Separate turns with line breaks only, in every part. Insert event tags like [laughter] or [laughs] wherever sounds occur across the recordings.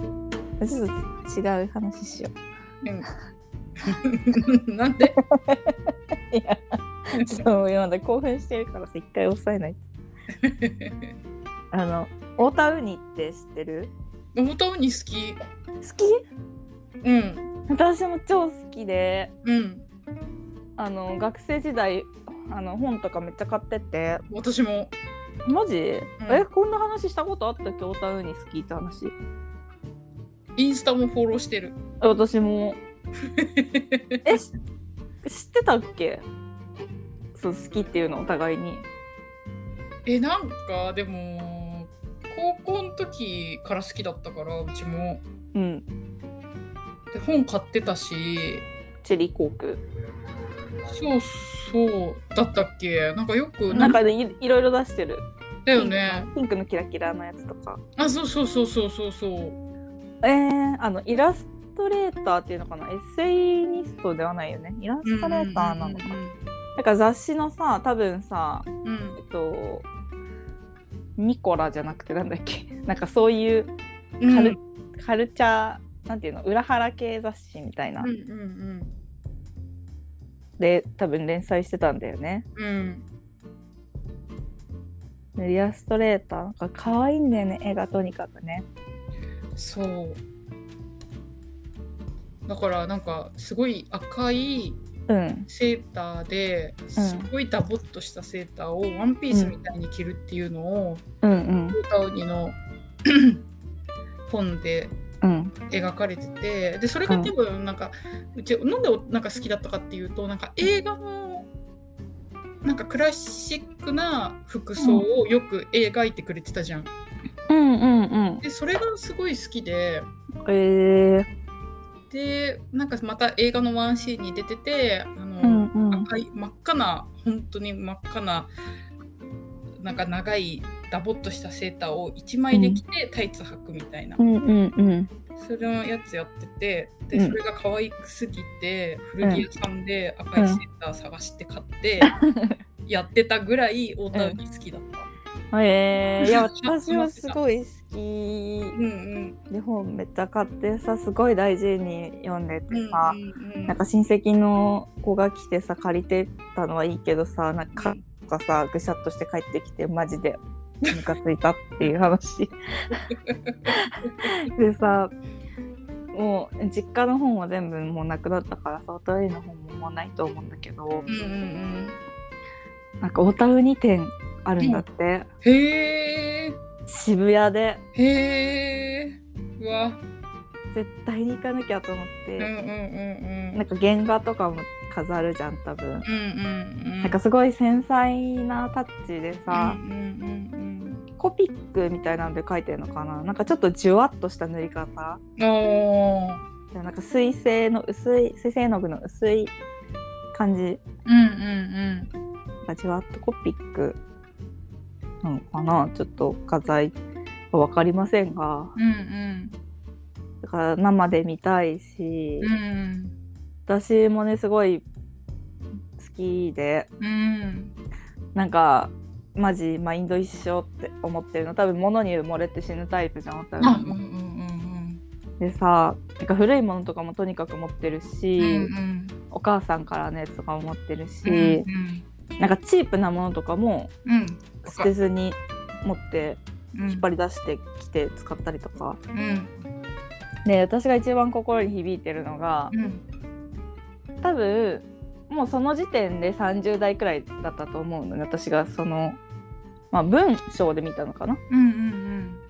ちょっと違う話しよ
うん [laughs] なんで
う。いや、ちょっともう今まで興奮してるからさ、一回抑えないと。あの、オータウニって知ってる
ロボタウニ好き
好き
うん
私も超好きで、
うん
あの、学生時代、あの本とかめっちゃ買ってて
私も
マジ、
ん
えこんな話したことあったっけオータウニ好きって話
インスタもフォローしてる
え私もえし知ってたっけそう好きっていうのお互いに
えなんかでも高校の時から好きだったからうちも
うん
で本買ってたし
チェリーコーク
そうそうだったっけなんかよく
なんかねいいろいろ出してる
だよね
ピンクのキラキラのやつとか
あそうそうそうそうそうそう
えー、あのイラストレーターっていうのかなエッセイニストではないよねイラストレーターなのか
うん
なんか雑誌のさ多分さ
うんうん
えっとニコラじゃなくてなんだっけ [laughs] なんかそういう
うんうん
カル,、カルチャーなんていうの裏腹系雑誌みたいな、
うんうん
で多分連載してたんだよね
うんうん
でイラストレーターなんか可愛いんだよね絵がとにかくね
そうだからなんかすごい赤い
うん
セーターですごいダボっとしたセーターをワンピースみたいに着るっていうのを
うんうん
歌うにの [coughs] 本で
うん
描かれててでそれが多分なんか、うちなんでなんか好きだったかっていうとなんか映画のなんかクラシックな服装をよく描いてくれてたじゃん。
うんうんうん
でそれがすごい好きで
えー、
でなんかまた映画のワンシーンに出ててあの、
うんうん
赤い真っ赤な本当に真っ赤ななんか長いダボっとしたセーターを1枚で着てタイツ履くみたいな、
うんうんうん
それのやつやってて
う
で
ん
それが可愛くすぎて、古着屋さんで赤いセーター探して買って、やってたぐらいオータウに好きだった。
え
[laughs]
ー、いや
す
私
いま
も
せ
す
ん
ごい好
うんうん
きで本めっちゃ買ってさすごい大事に読んでて
うんうん
さ、
うん
なんか親戚の子が来てさ借りてたのはいいけどさなんか
うん
とかさぐしゃっとして帰ってきてマジでムカついたっていう
[laughs]
話でさもう実家の本は全部もうなくなったからさお便りの本ももうないと思うんだけど
うんうんうん
なんかおたうに店あるんだって、
へえ
渋谷で
へえうわ
絶対に行かなきゃと思っ
うんうん
て、
うんうん
なんか原画とかも飾るじゃん多分、
うんうんうん
なんかすごい繊細なタッチでさ、
うんうん
コピックみたいなんで書いてるのかななんかちょっとじゅわっとした塗り方
うんうんおー
なんか水性の薄い水性絵の具の薄い感じ
うんうん
がじゅわっとコピックなのかなちょっと画材は分かりませんが
うんうん
だから生で見たいし、
うんうん
私もねすごい好きで
うん
なんかマジマインド一緒って思ってるの多分物に埋もれて死ぬタイプじゃん私
あうんうんうん
でさなんか古いものとかもとにかく持ってるし、
うんうん
お母さんからのやつとかも持ってるし、
うん
なんかチープなものとかも
うん
捨てずに持って
うん
引っ張り出してきて使ったりとか、
うん
で私が一番心に響いてるのが
うん
多分もうその時点で30代くらいだったと思うのね私がその、まあ、文章で見たのかな
うんうん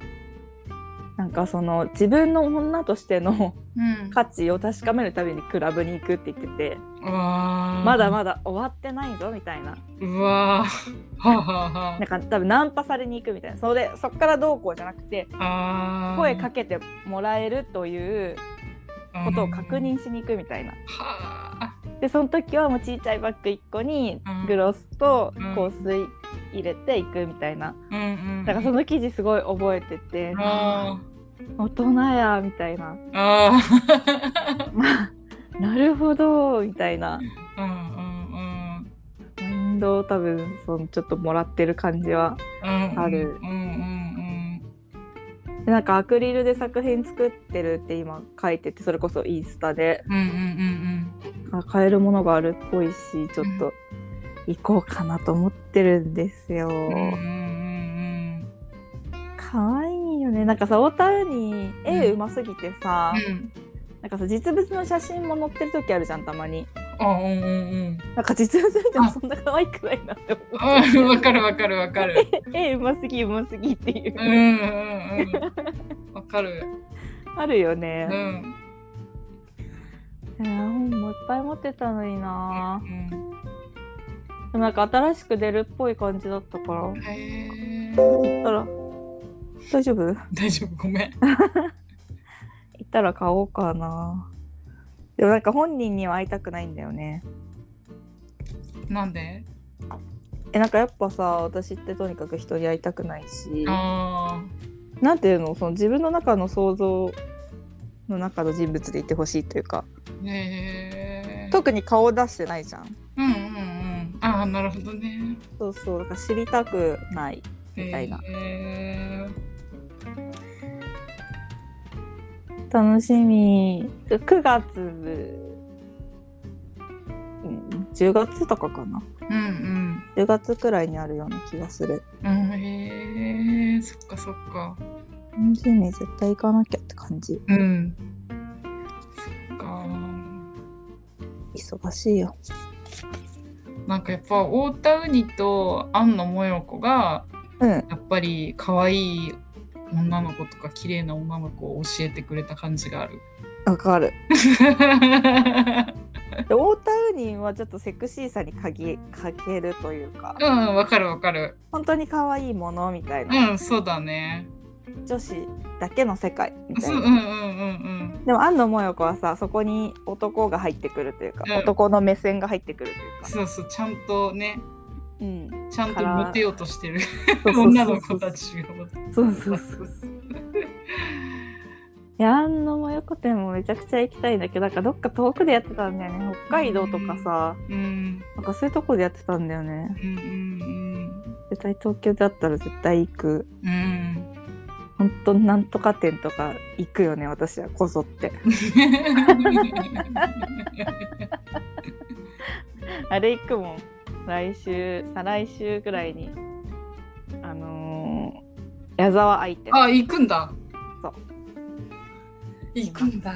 なんかその自分の女としての [laughs]
うん
価値を確かめるためにクラブに行くって言ってて、
あー
まだまだ終わってないぞみたいな
うわーはあはあは
なんか多分ナンパされに行くみたいなそれそっからどうこうじゃなくて
ああー
声かけてもらえるということを確
うん
認しに行くみたいな。
はあ
でその時はもうちいちゃいバッグ1個に
うん
グロスと
うん
香水入れていくみたいな。
うんうん
だからその記事すごい覚えてて
あ
大人やみたいな。 [laughs]
ーあー
なるほどみたいな。
うんうんうん
マインドを多分そのちょっともらってる感じは
あ
る
うんうん
でなんかアクリルで作品作ってるって今書いててそれこそインスタで
うんうんうん
あ買えるものがあるっぽいしちょっと行こうかなと思ってるんですよ。
うんうんうん
可愛いよねなんかさオータウに絵うますぎてさ、
うんうん
なんかさ実物の写真も載ってる時あるじゃんたまに
あうんうんうん
なんか実物見てもそんな可愛くないなって
あ
思う
わかるわかるわかる
絵うますぎうますぎっていう、
うんうんうんわかる
あるよ
う
ね、
ん
いや本もいっぱい持ってたのにな
うん
でもなんか新しく出るっぽい感じだったから行
へえ
ったら大丈夫行
大丈夫ごめん
ったら買おうかなでもなんか本人には会いたくないんだよね
なんで
えなんかやっぱさ私ってとにかく人に会いたくないし
あ
なんていうのその自分の中の想像の中の人物でいてほしいというか
あへえ
特に顔出してないじゃん
うんうんうんああなるほどね
そうそうだから知りたくないみたいな
へえ
楽しみ9月うん10月とかかな
うん
10月くらいにあるような気がする
うんうんへえそっかそっか
楽しみ絶対行かなきゃって感じ
うんそっか
忙しいよ
なんかやっぱ太田ウニと庵野もよこが
うん
やっぱり可愛い女の子とか綺麗な女の子を教えてくれた感じが
[laughs]
ある。
わかるで太田ウニはちょっとセクシーさにかぎかけるというか
うんわかるわかる。
本当に可愛いものみたいな
うんそうだね。
女子だけの世界みた
そ
いう
うんう
なん
うん
でも安野もよこはさそこに男が入ってくるというか、
うん
男の目線が入ってくると
うん。
いうか、
そうそうちゃんとね
うん、
ちゃんと
から
モテようとしてる
そうそうそうそう
女の子たちを。
そうそうそういや安野もよこ店もめちゃくちゃ行きたいんだけどなんかどっか遠くでやってたんだよね北海道とかさ、
うん
なんかそういうとこでやってたんだよね
うんうん
絶対東京だったら絶対行く
う
[laughs]
んうん。
ほんとなんとか店とか行くよね私はこぞってあれ行くもん来週再来週ぐらいにあのー、矢沢相手
あ行くんだ。
そう。
行くんだ。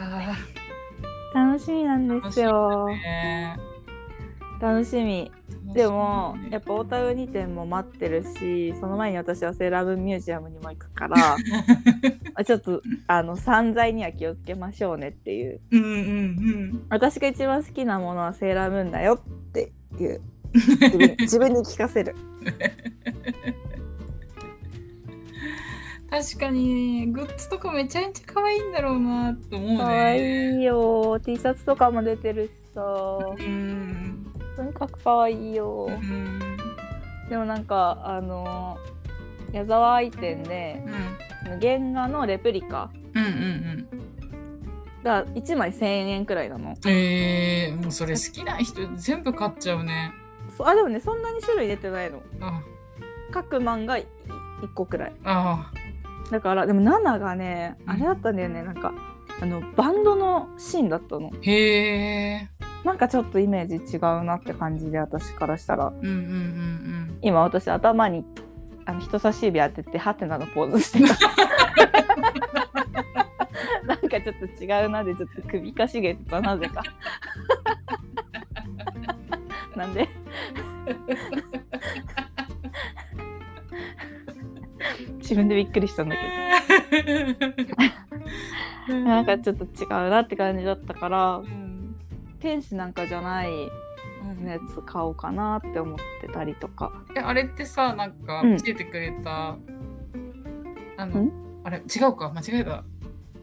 楽しみなんですよ
ね
楽しみでもや
っ
っぱ大田ウニ店も待ってるしその前に私はセーラームーンミュージアムにも行くからあちょっとあの散財には気をつけましょうねっていう
[laughs] うんうん
私が一番好きなものはセーラームーンだよって
[laughs]
いう自分
うん。
自分に聞かせる
確かにグッズとかめちゃめちゃ可愛いんだろうなと思うね。
かわいいよ T シャツとかも出てるしさ
うん。
とにかくかわいいよ
うん。
でもなんかあの矢沢愛店で
うん。
原画のレプリカ
うんうん
が1枚1,000円くらいなの
うん。えー、もうそれ好きな人全部買っちゃうね。
そうあでもねそんなに種類出てないの
あ
各漫画1個くらい
あ
だからでも7がねあれだったんだよねなんかあのバンドのシーンだったの
へえ。
なんかちょっとイメージ違うなって感じで私からしたら
うんうんうん
今私頭にあの人差し指当ててハテナのポーズしてたなんかちょっと違うなでちょっと首かしげてたなぜかなんで自分でびっくりしたんだけど
[laughs] うん。
なんかちょっと違うなって感じだったから
うん
天使なんかじゃない
うん
やつ買おうかなって思ってたりとか
えあれってさなんか
うん
教えてくれた、あの
ん
あれ違うか間違えた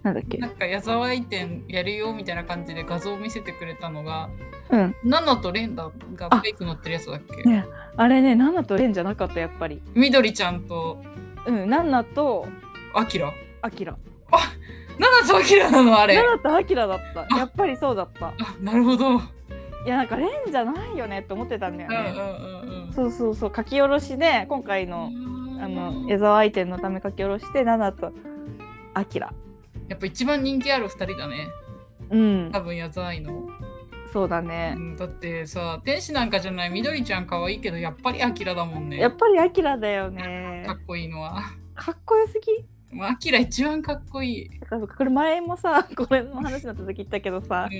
なんだっけ
なんか矢沢移転やるよみたいな感じで画像を見せてくれたのが
うん
ナナとレンダが
あ
バイク乗ってるやつだっけ、
ねあれねナナとレンじゃなかったやっぱり
みどりちゃんと
うんナナと
アキラ
アキラ
ナナとアキラなのあ
ナ
れ
ナとアキラだったやっぱりそうだった
あなるほどうん
いやなんかレンじゃないよねって思ってたんだよ
う
ね
んうん
そうそうそう書き下ろしで今回の
うん
あの江沢愛店のため書き下ろしてナナとアキラ。
やっぱ一番人気ある二人だね
うん
多、分矢沢愛の、
そうだ
う
ね。
ん、だってさ天使なんかじゃない緑ちゃん可愛いけどやっぱりアキラだもんね
やっぱりアキラだよね
か。っこいいのは
かっこよすぎ。
まあアキラ一番かっこいい、
だからこれ前もさ、 [laughs] これの話の続き言ったけどさ、
う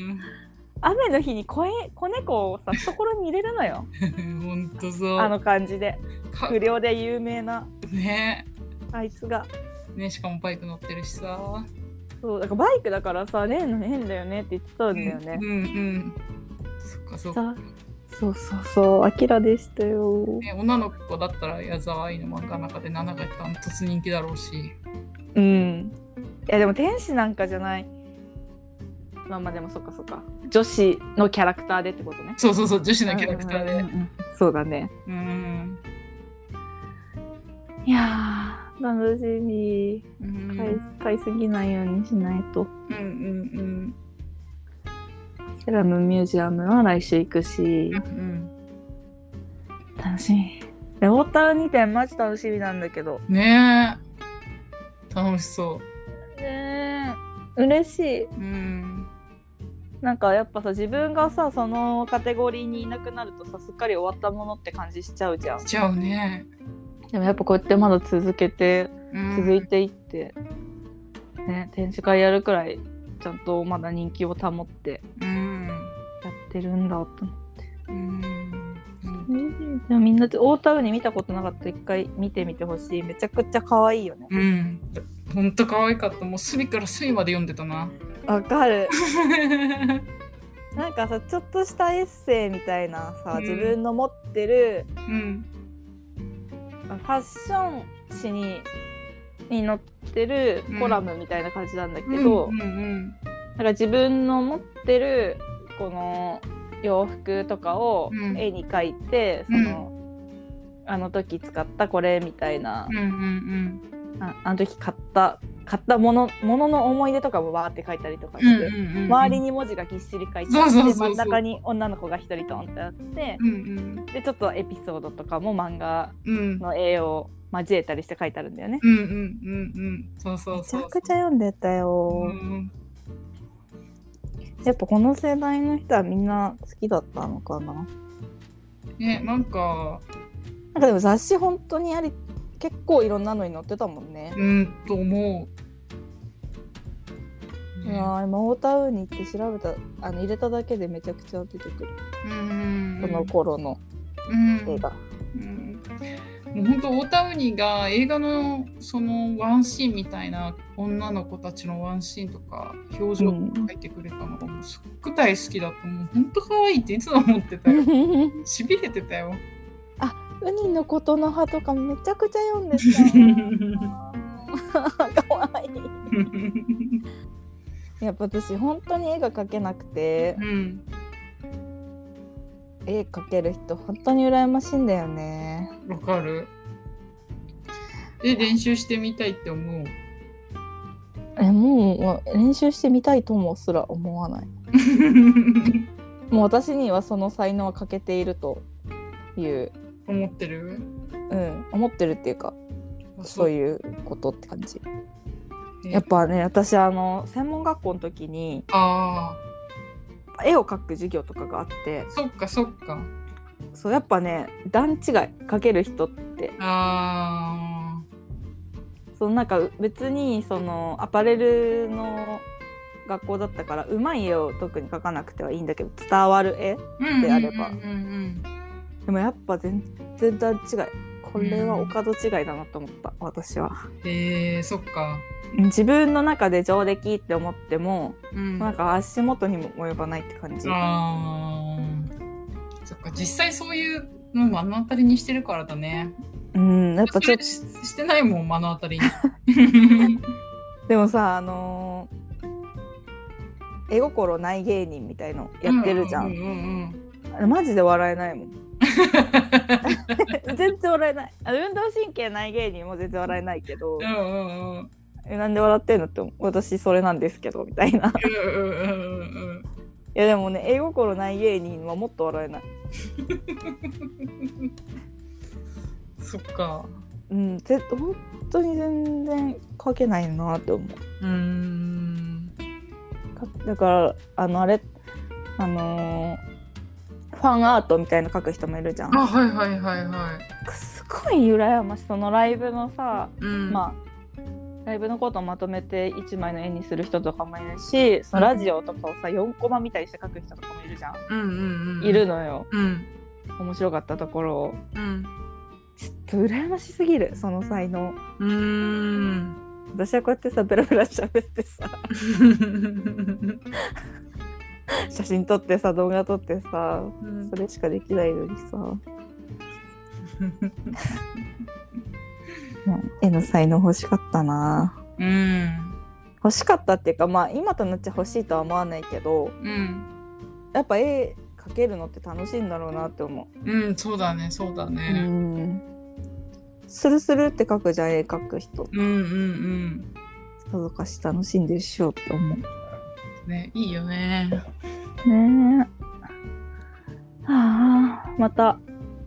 雨の日に子子猫をさ、懐に入れるのよ。
ん、 [laughs] ほんとそう
あの感じで。
か
不良で有名な
ね
あいつが。
ねしかもバイク乗ってるしさ、
そう、だからバイクだからさ、レーンの変だよねって言ってたんだよね
うん。うんそっかそっか
さそうそうそう、アキラでしたよ。
ね、女の子だったら矢沢愛の漫画の中で7がダントツ人気だろうし
うん。いやでも天使なんかじゃない。まあまあでもそっかそっか。女子のキャラクターでってことね。
そうそうそう女子のキャラクター
うん
で
うんうんうんそうだね。
うん
いやー、楽しみ。
うんうん
買い買いすぎないようにしないと。
うんうん
セラムミュージアムは来週行くし
うんう、ん
楽しみ。レボタン2点マジ楽しみなんだけど。
ねえ楽しそ
ねえ。嬉しい。
ううん
なんかやっぱさ、自分がさ、そのカテゴリーにいなくなるとさ、すっかり終わったものって感じしちゃうじゃん。
じゃあね、
でもやっぱこうやってまだ続けて
うん
続いていって、ね、展示会やるくらいちゃんとまだ人気を保って
うん
やってるんだと思
うんうん
ってでもみんなって大田ウニ見たことなかったら一回見てみてほしいめちゃくちゃ可愛いよね
うんほんと可愛かったもう隅から隅まで読んでた [laughs] な
わかるなんかさちょっとしたエッセイみたいなさ
うん
自分の持ってる
うん
ファッション誌にに載ってるコラムみたいな感じなんだけど、
うんうん
なんか自分の持ってるこの洋服とかを
うん
絵に描いて、
うん
そのあの時使ったこれみたいな
うん、うんうん
ああの時買った買ったものものの思い出とかもわーって書いたりとかし
うん
て、
うんうん
周りに文字がぎっしり書いてあ
そ
っ
う
て
そうそうそう
真ん中に女の子が一人ドンってあって
うんうん
でちょっとエピソードとかも漫画
うん
の絵を交えたりして書いてあるんだよね。
うんうんうんうんそうそう
めち
そう
ゃくちゃ読んでたよ、
うん
やっぱこの世代の人はみんな好きだったのかな
ねなんか
なんかでも雑誌本当にあり結構いろんなのに載ってたもんね。
うんと思う、
うわー今オータウニって調べたあの入れただけでめちゃくちゃ出てくる、
うん
その頃の
うん
映画。
うんもう本当オータウニが映画のそのワンシーンみたいな女の子たちのワンシーンとか表情を [laughs] 描いてくれたのがもうすっごく大好きだったもう本当可愛いっていつも思ってたよしびれてたよ
ウニのことの葉とかめちゃくちゃ読んで
[laughs]
た。かわいい。
う
やっぱ私本当に絵が描けなくて
ん
絵描ける人本当に羨ましいんだよね。
わかるえ練習してみたいって思う [laughs]
えもうもう練習してみたいともすら思わない。もう私にはその才能は欠けているという。
思ってる
うん、思ってるっていうかそういうことって感じ
う
やっぱね私あの専門学校の時に
あ
絵を描く授業とかがあって
あそっかそっか
そうやっぱね段違い描ける人って
あ
そのなんか別にそのアパレルの学校だったからうまい絵を特に描かなくてはいいんだけど伝わる絵
あ
であれば
うんうん
でもやっぱ全然段違いこれはお門違いだなと思った私は
うんえー、そっか
うん自分の中で上出来って思っても
うん
なんか足元にも及ばないって感じ
あーそっか実際そういうのを目の当たりにしてるからだね
うんやっぱ
そ
ちょっ
れ
と
ししてないもん目の当たりに
でもさあのー絵心ない芸人みたいのやってるじゃん,、
うんうんうん
あれマジで笑えない
[laughs]
もん
う
全然笑えないあ運動神経ない芸人も全然笑えないけど
んうんうんうん
えなんで笑ってんのって私それなんですけどみたいない
うんうんうんうん
やでもね絵心ない芸人はもっと笑えない
そっか。
うん、ぜ本当に全然書けないなって思う
うーん
かだからあのあれあのーファンアートみたいの書く人もいるじゃん
あはいはいはいは
すごい羨ましいそのライブのさ、
い、うん、
まあライブのことをまとめて1枚の絵にする人とかもいるしそのラジオとかをさ4コマみたいにして書く人とかもいるじゃん、
うんうんうん、
いるのよ
うん
面白かったところを
うん
ちょっと羨ましすぎるその才能
うーん
私はこうやってさベラベラ喋ってさ写真撮ってさ動画撮ってさ
うん
それしかできないのにさ、絵の才能欲しかったな
うん
欲しかったっていうかまあ今となっちゃ欲しいとは思わないけど
うん
やっぱ絵描けるのって楽しいんだろうなって思
うんそうだねそうだ
う、
ね、
んスルスルって描くじゃん絵描く人
うん、うんうん
さぞかし楽しんでるっしょって思
ねいいよね
うねえはあまた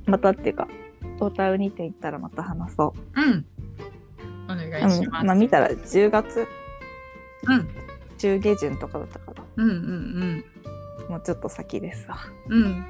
またっていうかおたうにって言ったらまた話そう
うんお願いします、
うんまあ見たら10月
うん
中下旬とかだったから
うんうん
もうちょっと先ですわ
うんうん